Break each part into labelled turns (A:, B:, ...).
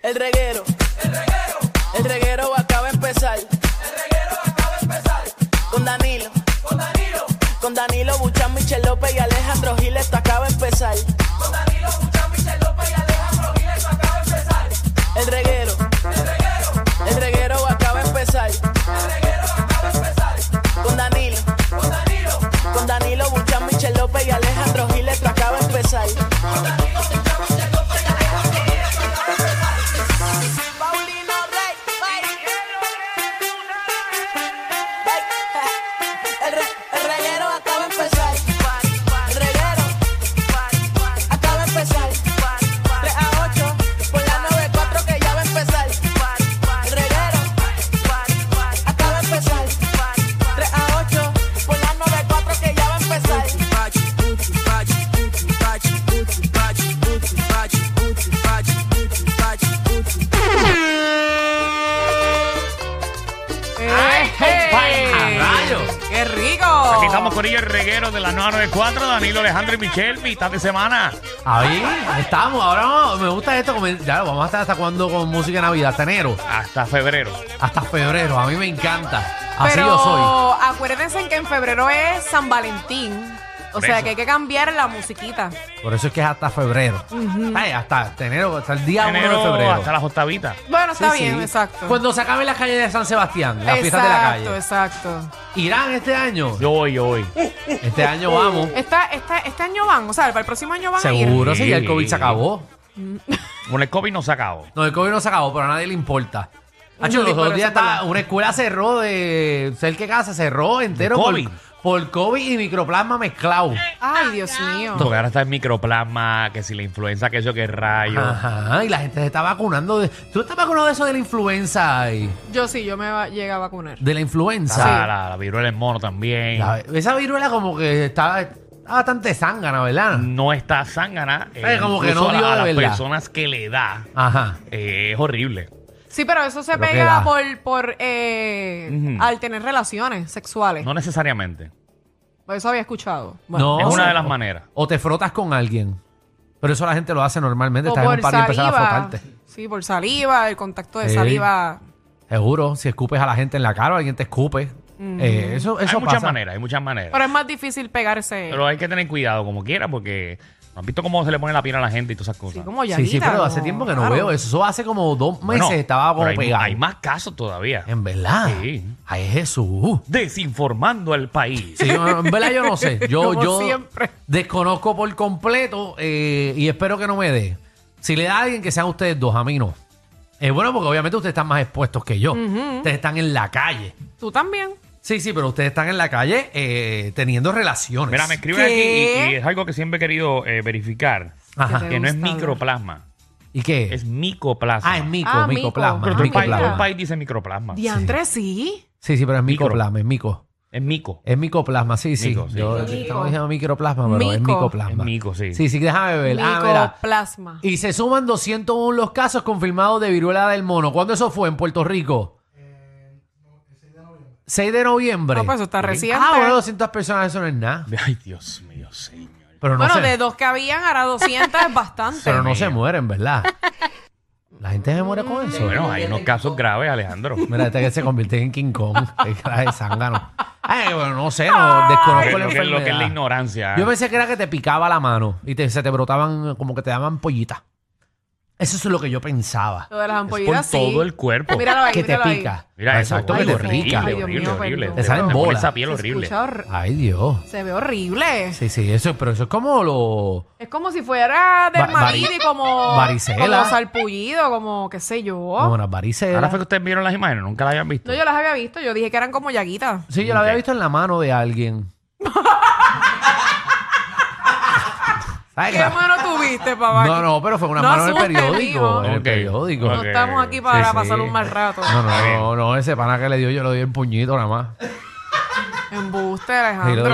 A: El reguero. El reguero. El reguero acaba de empezar. El reguero acaba de empezar. Con Danilo. Con Danilo. Con Danilo Buchan, Michel López y Alejandro Gil, esto acaba de empezar. Con Danilo Buchan, Michel López y Alejandro Gil, esto acaba de empezar. El reguero. El reguero. El reguero acaba de empezar. El reguero acaba de empezar. Con Danilo. Con Danilo. Con Danilo Buchan, Michel López y Alejandro Gil, esto acaba de empezar. Paulino Rey, El, re- el reguero acaba de empezar. El reguero acaba de empezar. 3 a 8 por la 94 que ya va a empezar. El reguero acaba de empezar. 3 a 8 por la 94 que ya va a empezar.
B: Eh,
C: ¡Ay, rayos!
B: ¡Qué rico!
C: Aquí estamos con el reguero de la 994, Danilo Alejandro y Michelle, mitad de semana.
B: Ahí estamos, ahora vamos- me gusta esto. comen- Ya lo vamos a estar hasta cuando con música de Navidad, hasta enero,
C: Hasta febrero.
B: hasta febrero. A mí me encanta. Así
D: Pero
B: yo soy.
D: acuérdense que en febrero es San Valentín. O
C: Por
D: sea
C: eso.
D: que hay que cambiar la musiquita.
B: Por eso es que es hasta febrero. Ay, hasta enero, hasta el día 1 de
C: Enero
B: febrero.
C: hasta las octavitas.
D: Bueno, Ah, está
B: Sí, sí.
D: bien, exacto.
B: Cuando se acaben las calles de San Sebastián, las fiestas
D: exacto,
B: de la calle.
D: exacto.
B: Irán este año.
C: Yo voy, yo voy.
B: Este año vamos.
D: Esta, esta, este año van, o sea, para el próximo año van a ir.
B: Seguro,
C: Sí.
B: si ya el COVID se acabó.
C: Con el COVID no se acabó.
B: No, el COVID no se acabó, pero a nadie le importa. Hacho,
D: No le
B: los otros
D: importa,
B: días
D: eso es
B: estaba-
D: verdad.
B: una escuela cerró de cerca de casa, cerró entero
C: ¿De
B: por
C: COVID?
B: por COVID y microplasma mezclado.
D: Ay, Dios mío.
C: Porque ahora está el microplasma, que si la influenza, que eso, que rayo.
B: Ajá, y la gente se está vacunando. de- ¿Tú estás vacunado de eso de la influenza? ay?
D: Yo sí, yo me va- llegué a vacunar.
B: De la
C: Está
B: influenza.
C: Ah, La, la, la viruela del mono también.
B: La- esa viruela como que está, está bastante zángana, ¿verdad?
C: No está zángana.
B: Eh, como que
C: incluso
B: no
C: a la-
B: dio de
C: a las
B: verdad.
C: personas que le da.
B: Ajá.
C: eh, es horrible.
D: Sí, pero eso se
B: Pero qué
D: pega
B: da.
D: por, por eh,
C: Ujú.
D: al tener relaciones sexuales.
C: No necesariamente.
D: Eso había escuchado.
B: No,
C: es una
B: o-
C: de las maneras.
B: O te frotas con alguien. Pero eso la gente lo hace normalmente.
D: o
B: Estás en un
D: por
B: party y empezar a
D: saliva.
B: frotarte.
D: Sí, por saliva, el contacto de
B: Sí.
D: saliva.
B: Seguro, si escupes a la gente en la cara, alguien te escupe. Eh, eso eso
C: hay muchas
B: pasa.
C: maneras, hay muchas maneras.
D: Pero es más difícil pegarse.
C: Pero hay que tener cuidado como quiera porque ¿no ¿han visto cómo se le pone la piel a la gente y todas esas
D: Sí,
C: cosas?
D: como
B: Sí, sí,
D: llaguita,
B: pero
D: como-
B: hace tiempo que no
D: claro.
B: veo eso. Eso hace como dos meses
C: Bueno,
B: estaba como
C: pero hay,
B: pegado. Em,
C: hay más casos todavía.
B: En verdad.
C: Sí.
B: Ay, Jesús.
C: Desinformando al país.
B: Sí, yo- en verdad yo no sé. Yo,
D: Como
B: yo
D: siempre.
B: desconozco por completo eh, y espero que no me dé. Si le da a alguien que sean ustedes dos, a mí no. Eh, bueno, porque obviamente ustedes están más expuestos que yo. Ustedes están en la calle.
D: Tú también.
B: Sí, sí, pero ustedes están en la calle eh, teniendo relaciones.
C: Mira, me escriben aquí
D: ¿Qué?
C: y, y es algo que siempre he querido eh, verificar.
B: Ajá.
C: Que no es
D: gusta hablar.
C: microplasma,
B: ¿Y qué?
C: es micoplasma.
B: Ah, es mico,
D: Ah,
B: micoplasma.
D: mico.
C: Pero
B: es
C: todo el, país,
B: micoplasma.
C: todo el país dice microplasma.
D: Diantre, sí.
B: Sí, sí, pero es
C: Micro.
B: micoplasma, es mico.
C: Es mico.
B: Es micoplasma, sí, sí.
C: Mico, sí.
B: Yo
C: Mico.
B: estamos diciendo microplasma, pero es
D: Mico.
B: micoplasma.
C: Es mico, sí.
B: Sí, sí, déjame ver. Ah, mira.
D: Micoplasma.
B: Y se suman 201 los casos confirmados de viruela del mono. ¿Cuándo eso fue en Puerto Rico? Eh, 6 de noviembre.
D: No, pues eso está
B: Ok.
D: reciente.
B: Ah, bueno, 200 personas, eso no es nada.
C: Ay, Dios mío, señor.
B: Pero no,
D: bueno,
B: se,
D: de dos que habían, ahora 200 es bastante.
B: pero no
C: mío.
B: se mueren, ¿verdad? La gente se muere con eso.
C: Bueno, hay unos casos graves, Alejandro.
B: Mira, este que se convirtió en King Kong. Es cara de zángano. Ay, Eh, bueno, no sé, no,
C: lo,
B: desconozco la
C: que,
B: enfermedad.
C: lo que es la ignorancia.
B: Yo pensé que era que te picaba la mano y te, se te brotaban, como que te daban pollita. Eso es lo que yo pensaba.
D: Lo de las
C: Es
D: ampollitas,
C: por
D: sí.
C: todo el cuerpo.
D: Míralo ahí,
B: que te
D: míralo ahí.
B: pica.
C: Mira eso,
B: Exacto,
C: ay,
B: que te
D: Dios
C: horrible,
D: mío,
B: pica.
D: ay, Dios
C: horrible,
D: mío,
C: horrible.
D: perdón.
B: Te salen
C: pone
B: bolas.
C: Esa piel
D: Se
C: horrible.
D: escucha hor-
B: Ay, Dios.
D: Se ve horrible.
B: Sí, sí, eso, pero eso es como lo...
D: Es como si fuera
B: Va-
D: dermatitis,
B: vari-
D: como,
B: varicela.
D: como salpullido, como qué sé yo.
B: como unas varicelas.
C: Ahora fue que ustedes vieron las imágenes, nunca las habían visto.
D: No, yo las había visto. Yo dije que eran como llaguitas.
B: Sí, yo la había
C: Ok.
B: visto en la mano de alguien. ¿Sabes
D: ¿Qué
B: qué?
D: mano tuviste, papá?
B: No, no, pero fue una
D: No
B: mano en el
D: asustes,
B: periódico.
D: mijo.
B: En el
C: Ok.
B: periódico.
D: No
C: Ok.
D: estamos aquí para
B: Sí,
D: pasar
B: sí.
D: un mal rato.
B: No,
C: Está
B: no,
C: bien.
B: no, no, ese pana que le dio, yo le doy el puñito nada más.
D: Embuste,
B: Y le doy, le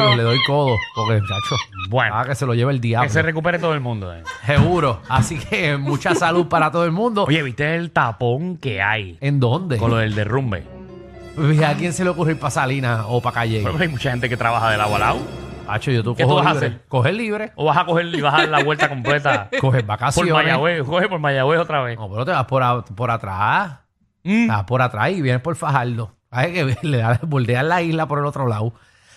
D: Alejandro.
B: doy codo, porque chacho.
C: Bueno.
B: Ah, que se lo lleve el diablo.
C: Que se recupere todo el mundo. eh.
B: Seguro. Así que mucha salud para todo el mundo.
C: Oye, ¿viste el tapón que hay
B: ¿En dónde?
C: con lo del derrumbe?
B: ¿A quién se le ocurrió ir para Salinas o para Calle?
C: Bueno, pero hay mucha gente que trabaja del agua al lado.
B: Hacho, yo tú
C: ¿Qué
B: cojo
C: tú vas a
B: libre.
C: hacer?
B: Coger libre,
C: O vas a coger y vas a dar la vuelta completa
B: coger
C: por
B: vacaciones.
C: Mayagüez. Coge por Mayagüez otra vez.
B: No, Ah. pero te vas por, a- por atrás.
C: Mm.
B: Te vas por atrás y vienes por Fajardo. Hay que le da bordean la isla por el otro lado.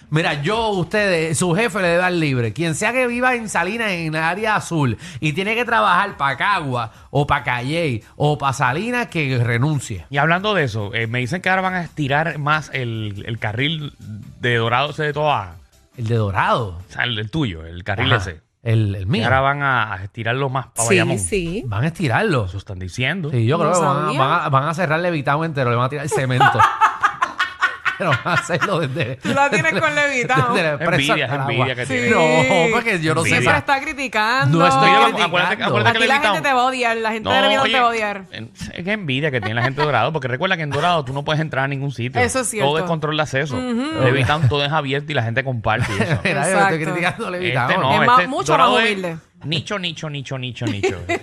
B: Mira, yo, ustedes, su jefe le debe dar libre. Quien sea que viva en Salinas, en el área azul, y tiene que trabajar para Cagua, o para Calle, o para Salinas, que renuncie.
C: Y hablando de eso, eh, me dicen que ahora van a estirar más el, el carril de Dorado ese de Toa.
B: El de Dorado.
C: O sea, el, el tuyo, el carril
B: Ajá.
C: ese.
B: El, el
C: Y
B: mío.
C: ahora van a, a estirarlo más para
D: Sí,
C: Bayamón.
D: sí.
B: Van a estirarlo.
C: Eso están diciendo.
B: Sí, yo
D: No
B: creo que van a,
D: sabía.
B: van a- van a cerrar Levitado entero, le van a tirar el cemento. Pero van a hacerlo desde.
D: Tú la tienes con Levitown.
B: desde la presa
C: Envidia,
B: hasta el
C: envidia
B: agua.
C: que
D: Sí.
C: tiene.
B: No, porque yo no sé.
D: Siempre
C: Envidia.
B: más.
D: está criticando.
B: No estoy
C: Oye,
B: criticando.
C: acuérdate que- acuérdate
D: Aquí
C: que
D: la
C: Levitown-
D: gente te va a odiar. La gente de Levitown
C: oye,
D: te va a odiar.
C: Es que envidia que tiene la gente de Dorado, porque recuerda que en Dorado tú no puedes entrar a ningún sitio.
D: Eso es cierto.
C: Todo es control de acceso. Levitown todo es abierto y la gente comparte. y eso.
B: Mira, yo no estoy
D: Exacto.
B: criticando Levitado.
C: Este no,
D: Es más-
C: este
D: mucho
C: Dorado
D: más
C: es
D: humilde.
C: Nicho, nicho, nicho, nicho, nicho. Sí,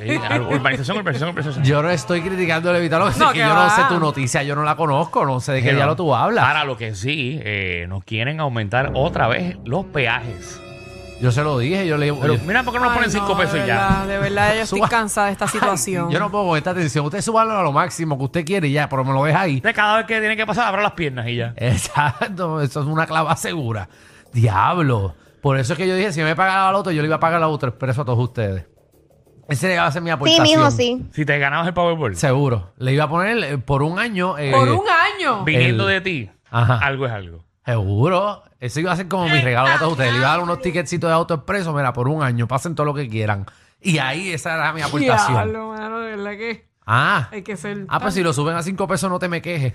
C: urbanización, urbanización, urbanización.
B: Yo no estoy criticando Levitado, lo que
D: No,
B: pasa es que
D: que
B: yo no
D: va.
B: sé tu noticia, yo no la conozco, no sé de qué
C: Pero-
B: diablo tú hablas.
C: Ahora, lo que sí, eh, nos quieren aumentar otra vez los peajes.
B: Yo se lo dije, yo le digo.
C: Pero
B: yo-
C: mira, ¿por qué no nos
D: Ay,
C: ponen
D: no,
C: 5 pesos
D: de
C: ya?
D: verdad, De verdad, yo estoy
B: Suba-
D: cansada de esta situación.
B: Yo no pongo esta atención. Usted súbalo a lo máximo que usted quiere y ya, pero me lo deja ahí.
C: De cada vez que tiene que pasar, abra las piernas y ya.
B: Exacto, eso es una clava segura. Diablo. Por eso es que yo dije, si me pagaba la otra, yo le iba a pagar la otra expreso a todos ustedes. Ese le va a ser mi
E: Sí,
B: aportación.
E: mijo, sí.
C: Si te ganabas el Powerball,
B: Seguro. Le iba a poner eh, por un año. eh,
D: Por un año.
C: viniendo
B: el-
C: de ti,
B: Ajá.
C: algo es algo.
B: Seguro. Eso iba a ser como mi regalo a todos ustedes. Le iba a dar unos ticketcitos de autoexpreso, mira, por un año. Pasen todo lo que quieran. Y ahí esa era mi aportación.
D: Diablo, mano, de verdad que
B: Ah.
D: hay que ser.
B: Ah, pues si lo suben a cinco pesos, no te me quejes.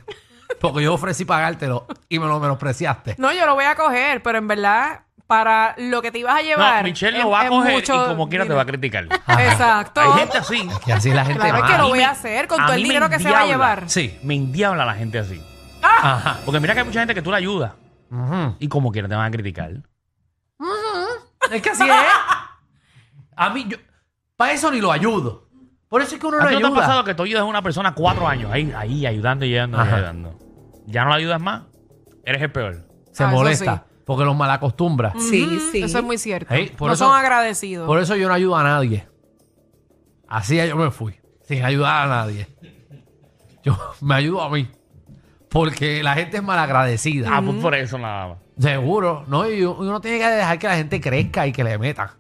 B: Porque yo ofrecí pagártelo y me lo menospreciaste.
D: No, yo lo voy a coger, pero en verdad, para lo que te ibas a llevar.
C: No, Michelle
D: es-
C: lo va a
D: es
C: coger
D: mucho
C: y como quiera te va a criticar.
B: Ajá.
D: Exacto.
C: Hay gente así.
B: Que así la gente
D: Claro
B: va.
D: que lo voy
C: me-
D: a hacer con
C: a
D: todo el
C: mí me
D: dinero que se va a
C: endiabla.
D: llevar. Ah.
B: Sí.
C: Me endiabla la gente así.
B: Ajá.
C: Porque mira que hay mucha gente que tú la ayudas
B: Ujú.
C: y como quiera te van a criticar.
B: Es que así es. A mí, yo, para eso ni lo ayudo. Por eso es que uno no
C: ¿A ti no te ha
B: ayuda.
C: pasado que tú ayudas a una persona cuatro años ahí, ahí ayudando y ayudando y
B: Ajá.
C: ayudando? ¿Ya no la ayudas más? Eres el peor.
B: Se
D: Ah, eso
B: molesta porque los malacostumbra.
C: Mm.
D: Sí, sí. Eso es muy cierto.
B: Ey, por
D: no
B: eso-
D: son agradecidos.
B: Por eso yo no ayudo a nadie. Así yo me fui, sin ayudar a nadie. Yo me ayudo a mí. Porque la gente es malagradecida.
C: Ah, pues por eso nada más.
B: Seguro, ¿no? Y uno tiene que dejar que la gente crezca y que le meta.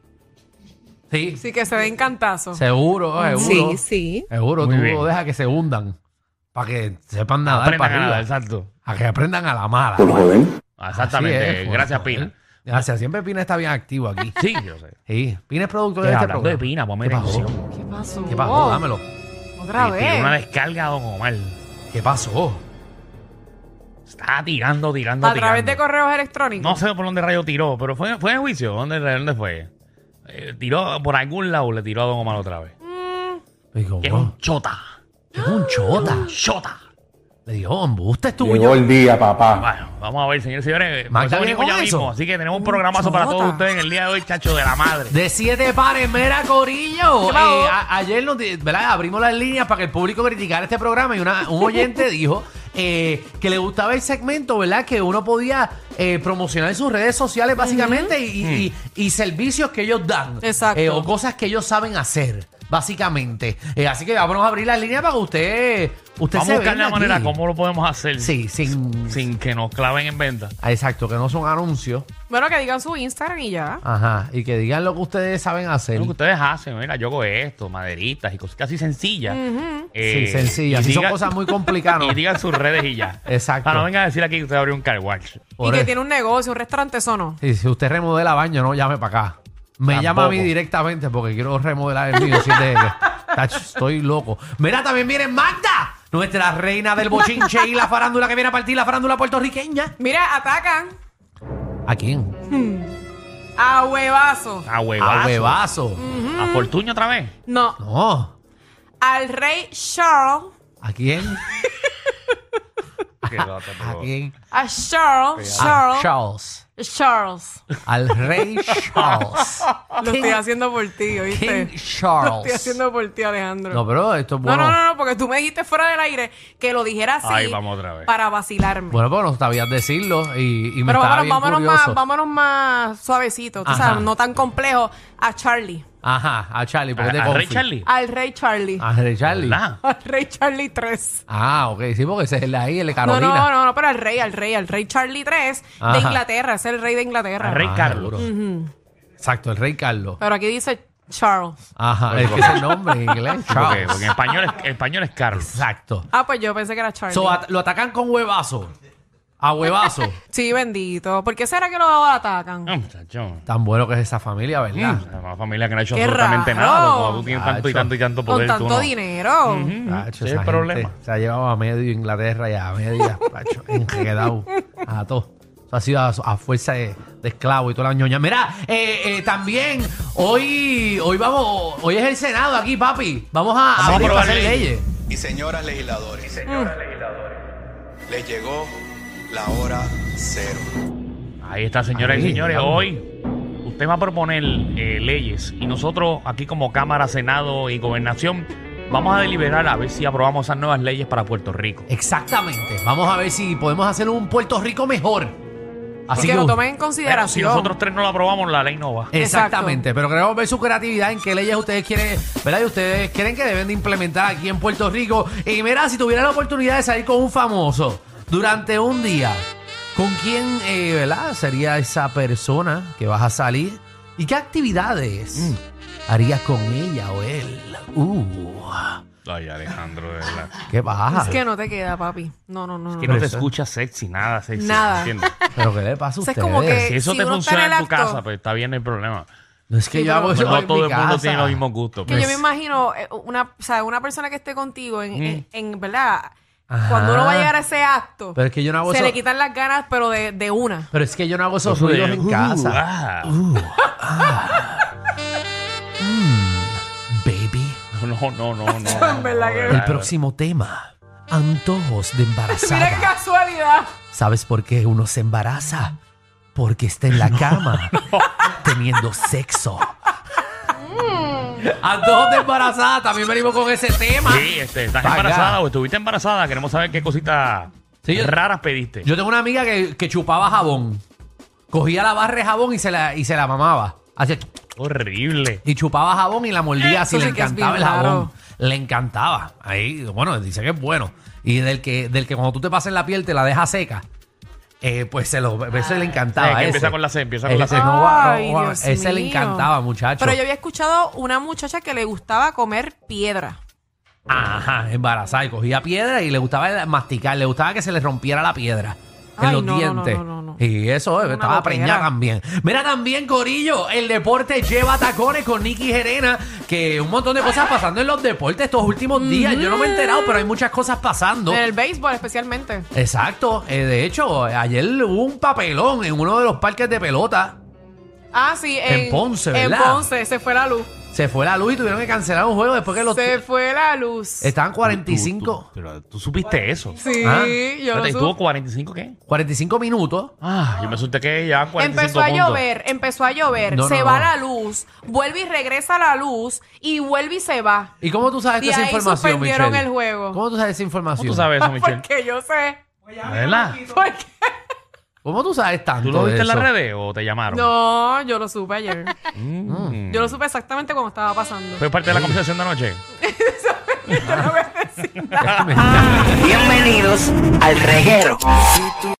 B: Sí,
D: Sí, que se den cantazos.
B: seguro, seguro.
F: Sí, sí.
B: Seguro,
C: Muy
B: tú
C: bien.
B: deja que se hundan. Para que sepan nadar
C: Aprendan
B: para
C: a
B: Ah, arriba.
C: nadar, exacto.
B: A que aprendan a la mala.
C: Ah, Exactamente.
B: Así es, pues,
C: Gracias,
B: joder.
C: Pina.
B: Gracias. Siempre Pina está bien activo aquí.
C: Sí, yo sé.
B: Sí. Pina es productor de
C: Oye,
B: este
C: hablando
B: programa.
C: de Oh. Pina, pues, ponme
B: ¿Qué pasó?
C: atención.
D: ¿Qué pasó?
B: ¿Qué pasó? Dámelo.
D: Otra
C: Le tiró una
D: vez.
C: descarga a Don Omar.
B: ¿Qué pasó?
C: Está tirando, tirando,
D: A
C: tirando.
D: través de correos electrónicos.
C: No sé por dónde rayo tiró, pero fue, fue en juicio. ¿Dónde, dónde fue? Eh, tiró por algún lado, le tiró a Don Omar otra vez.
B: Digo,
C: Que es
B: wow,
C: un chota.
B: es un chota.
C: Chota.
B: Le digo, embuste es
G: Llegó
B: tuyo.
G: el día, papá.
C: Bueno, vamos a ver, señores y señores. Eh,
B: Magda
C: Empezamos
B: viene
C: ya
B: con eso.
C: mismo, así que tenemos un programazo para
D: chota.
C: todos ustedes en el día de hoy, chacho de la madre.
B: De siete pares, mera corillo.
D: ¿Qué pasó?
B: Eh, a- ayer nos di- ¿verdad? abrimos las líneas para que el público criticara este programa y una- un oyente dijo eh, que le gustaba el segmento, ¿verdad? Que uno podía eh, promocionar en sus redes sociales básicamente y, y- y servicios que ellos dan.
D: Exacto.
B: Eh, o cosas que ellos saben hacer, básicamente. Eh, así que vamos a abrir las líneas para que usted, usted
C: Vamos
B: se
C: a buscar
B: venda
C: la manera
B: aquí.
C: cómo lo podemos hacer
B: Sí, sin...
C: sin que nos claven en venta.
B: Ah, Exacto, que no son anuncios.
D: Bueno, que digan su Instagram y ya.
B: Ajá. Y que digan lo que ustedes saben hacer.
C: Lo que ustedes hacen, mira, yo hago esto, maderitas y cosas casi sencillas. Eh,
B: Sí, sencillas.
C: y
B: Si son
C: diga-
B: cosas muy complicadas. ¿no?
C: Y digan sus redes y ya.
B: Exacto.
C: Ah, no vengan a decir aquí que usted abrió un car wash.
D: y
B: Por
D: que
B: eso.
D: tiene un negocio, un restaurante, eso no.
B: Y si usted remodela baño, no llame para acá. Me
C: Tampoco.
B: llama a mí directamente porque quiero remodelar el mío. si es de- de- Tacho, estoy loco. Mira, también viene Magda, nuestra reina del bochinche y la farándula que viene a partir, la farándula puertorriqueña.
D: Mira, atacan
B: ¿A quién?
D: a huevazo.
B: Ah.
C: A huevazo.
B: A huevazo.
C: A Fortuño otra vez.
D: No,
B: No.
D: al rey Charles,
B: ¿A quién?
C: Qué lata,
B: ¿A
C: pero-
B: quién?
D: A Charles. Charles.
B: A Ah, Charles.
D: Charles.
B: Al rey Charles.
D: Lo estoy haciendo por ti,
B: King
D: ¿oíste? Lo estoy
B: Charles.
D: haciendo por ti, Alejandro.
B: No, pero esto es
D: No,
B: bueno.
D: no, no, no, porque tú me dijiste fuera del aire que lo dijera así
C: Ay, vamos otra vez.
D: para vacilarme.
B: Bueno, pues no sabías decirlo y, y me
D: Pero
B: estaba
D: vámonos,
B: bien
D: vámonos
B: curioso.
D: más, vámonos más suavecito, tú
B: Ajá.
D: sabes, no tan complejo. A Charlie.
B: Ajá, a Charlie, porque te
C: ¿A, a Ray
B: confí.
C: Charlie?
D: Al rey Charlie.
B: A Rey Charlie.
C: ¿Verdad?
D: Al rey Charlie 3.
B: Ah, ok, sí, porque ese es el de ahí, el de
D: No,
B: Carolina.
D: no, no, no, pero al rey, al rey, al rey Charlie 3
B: Ajá.
D: de Inglaterra, es el rey de Inglaterra.
C: A Rey
B: Ah,
C: Carlos.
B: seguro. Exacto, el Rey Carlos.
D: Pero aquí dice Charles.
B: Ajá, es que ese nombre en inglés,
C: Porque,
B: Charles.
C: porque en español es, en español es Carlos.
B: Exacto.
D: Ah, pues yo pensé que era Charlie.
B: So, at- lo atacan con huevazo. A huevazo.
D: sí, bendito. ¿Por qué será que lo atacan?
C: Ah, muchacho.
B: Tan bueno que es esa familia, ¿verdad?
C: Mm, Una familia que no ha hecho
D: Qué
C: absolutamente
D: raro.
C: nada. Como tú tienes tanto y
B: Tacho.
C: tanto y tanto
D: Con
C: poder. tú
D: tanto
C: no.
D: dinero.
B: Tacho,
C: Sí,
B: esa
C: el problema.
B: gente Se ha llevado a medio Inglaterra y a media, tacho, enredado a todo. Eso ha sido a, a fuerza de, de esclavo y toda la ñoña. Mira, eh, eh, también hoy, hoy vamos, hoy es el Senado aquí, papi. Vamos
C: a
B: a, abrir para
C: aprobar
B: hacer
C: leyes.
B: leyes.
E: y señoras legisladores. Les llegó la hora cero.
C: Ahí está, señoras y
B: Ahí,
C: señores.
B: vamos.
C: Hoy usted va a proponer eh, leyes y nosotros aquí como Cámara, Senado y Gobernación vamos a deliberar a ver si aprobamos esas nuevas leyes para Puerto Rico.
B: Exactamente. Vamos a ver si podemos hacer un Puerto Rico mejor.
D: Así que, lo tomen en consideración.
C: Pero si nosotros tres no la aprobamos, la ley no va.
B: Eh. Exactamente, pero queremos ver su creatividad en qué leyes ustedes quieren, ¿verdad? Y ustedes creen que deben de implementar aquí en Puerto Rico. Y mira, si tuviera la oportunidad de salir con un famoso durante un día, ¿con quién, eh, ¿verdad? Sería esa persona que vas a salir y qué actividades
D: Mm.
B: harías con ella o él. Uh,
C: Ay, Alejandro, de verdad.
B: qué baja.
D: Es que no te queda, papi. No, no, no. no.
C: Que no te
B: Eso.
C: escucha sexy, nada sexy.
D: Nada.
C: ¿entiendes?
B: Pero qué le pasa
D: Eso
B: a
D: es
B: ustedes.
D: como que-
C: Si eso
D: Si
C: te
D: uno está
C: funciona
D: en
C: en,
D: el
C: tu
D: acto-
C: casa, pues está bien, no hay problema.
B: No es que
D: Sí,
B: yo hago
D: pero-
B: eso
C: Pero no
B: en
C: todo
B: mi
C: el mundo
B: casa.
C: tiene los mismos gustos. pues.
D: Que yo
B: Pues
D: me imagino eh, una, o sea, una persona que esté contigo en, en- en- ¿verdad?
B: Mm. Ajá.
D: Cuando uno va a llegar a ese acto,
B: Pero es que yo no hago
D: se
B: eso-
D: le quitan las ganas, pero de, de una.
B: Pero es que yo no hago esos
C: Eso de-
B: ruidos en
C: uh,
B: casa. Uh.
C: ah.
B: Baby.
C: No, no, no, no.
D: En verdad que-
B: El próximo tema. Antojos de
D: Mira qué
B: embarazada.
D: casualidad.
B: ¿Sabes por qué uno se embaraza? Porque está en la cama teniendo sexo. Antojos de embarazada. También venimos con ese tema.
C: Sí, este, estás
B: Vaya.
C: embarazada o estuviste embarazada. Queremos saber qué cositas
B: Sí, yo-
C: raras pediste.
B: Yo tengo una amiga que, que chupaba jabón. Cogía la barra de jabón y se la, y se la mamaba. Hacía
C: Horrible.
B: y chupaba jabón y la mordía así,
D: Eso
B: le
D: sí que es
B: encantaba el
D: bien
B: jabón.
D: raro.
B: Le encantaba. Ahí, bueno, dice que es bueno. Y del que, del que cuando tú te pasas la piel te la deja seca. eh, pues se lo, ese le encantaba.
C: Sí, que
B: ese.
C: empieza con la C, empieza con la
B: Ese
C: C.
B: no va- no
D: Ay,
B: va-
D: Dios
B: ese le
D: mío.
B: encantaba, muchacho.
D: Pero yo había escuchado una muchacha que le gustaba comer piedra.
B: Ajá, embarazada. Y cogía piedra y le gustaba masticar, le gustaba que se le rompiera la piedra. En
D: Ay,
B: los
D: no, no,
B: dientes.
D: no, no, no, no.
B: Y eso, eh,
D: Una
B: estaba
D: gotera.
B: preñada también. Mira también, Corillo, el deporte lleva tacones con Nicky Gerena, que un montón de cosas pasando en los deportes estos últimos días. Yo no me he enterado, pero hay muchas cosas pasando.
D: En el béisbol especialmente.
B: Exacto. Eh, de hecho, ayer hubo un papelón en uno de los parques de pelota.
D: Ah, sí. En,
B: En Ponce,
D: En
B: ¿verdad?
D: Ponce, se fue la luz.
B: Se fue la luz y tuvieron que cancelar un juego después que los...
D: Se fue la luz.
B: Estaban
C: Tú-
B: 45,
C: tú- pero tú supiste eso.
D: Sí,
B: Ah,
D: yo lo
C: Espérate, ¿y
D: supe.
C: ¿Tuvo 45 qué?
B: 45 minutos.
C: Ah, yo me asusté que ya 45
D: Empezó a
C: puntos.
D: llover, empezó a llover,
B: No,
D: se
B: no,
D: va
B: no.
D: la luz, vuelve y regresa la luz y vuelve y se va.
B: ¿Y cómo tú sabes
D: Y
B: toda esa
D: ahí
B: información,
D: suspendieron
B: Michelle?
D: el juego.
B: ¿Cómo tú sabes esa información?
C: ¿Cómo tú sabes eso, Michelle?
D: Porque yo sé.
C: ¿Verdad?
D: Porque...
B: ¿Cómo tú sabes tanto
C: ¿Tú lo
B: de
C: viste en las
B: eso?
C: redes o te llamaron?
D: No, yo lo supe ayer.
C: Mm.
D: Yo lo supe exactamente cuando estaba pasando.
C: Fue parte de la conversación de anoche.
D: Yo no voy a decir nada.
A: Bienvenidos al reguero.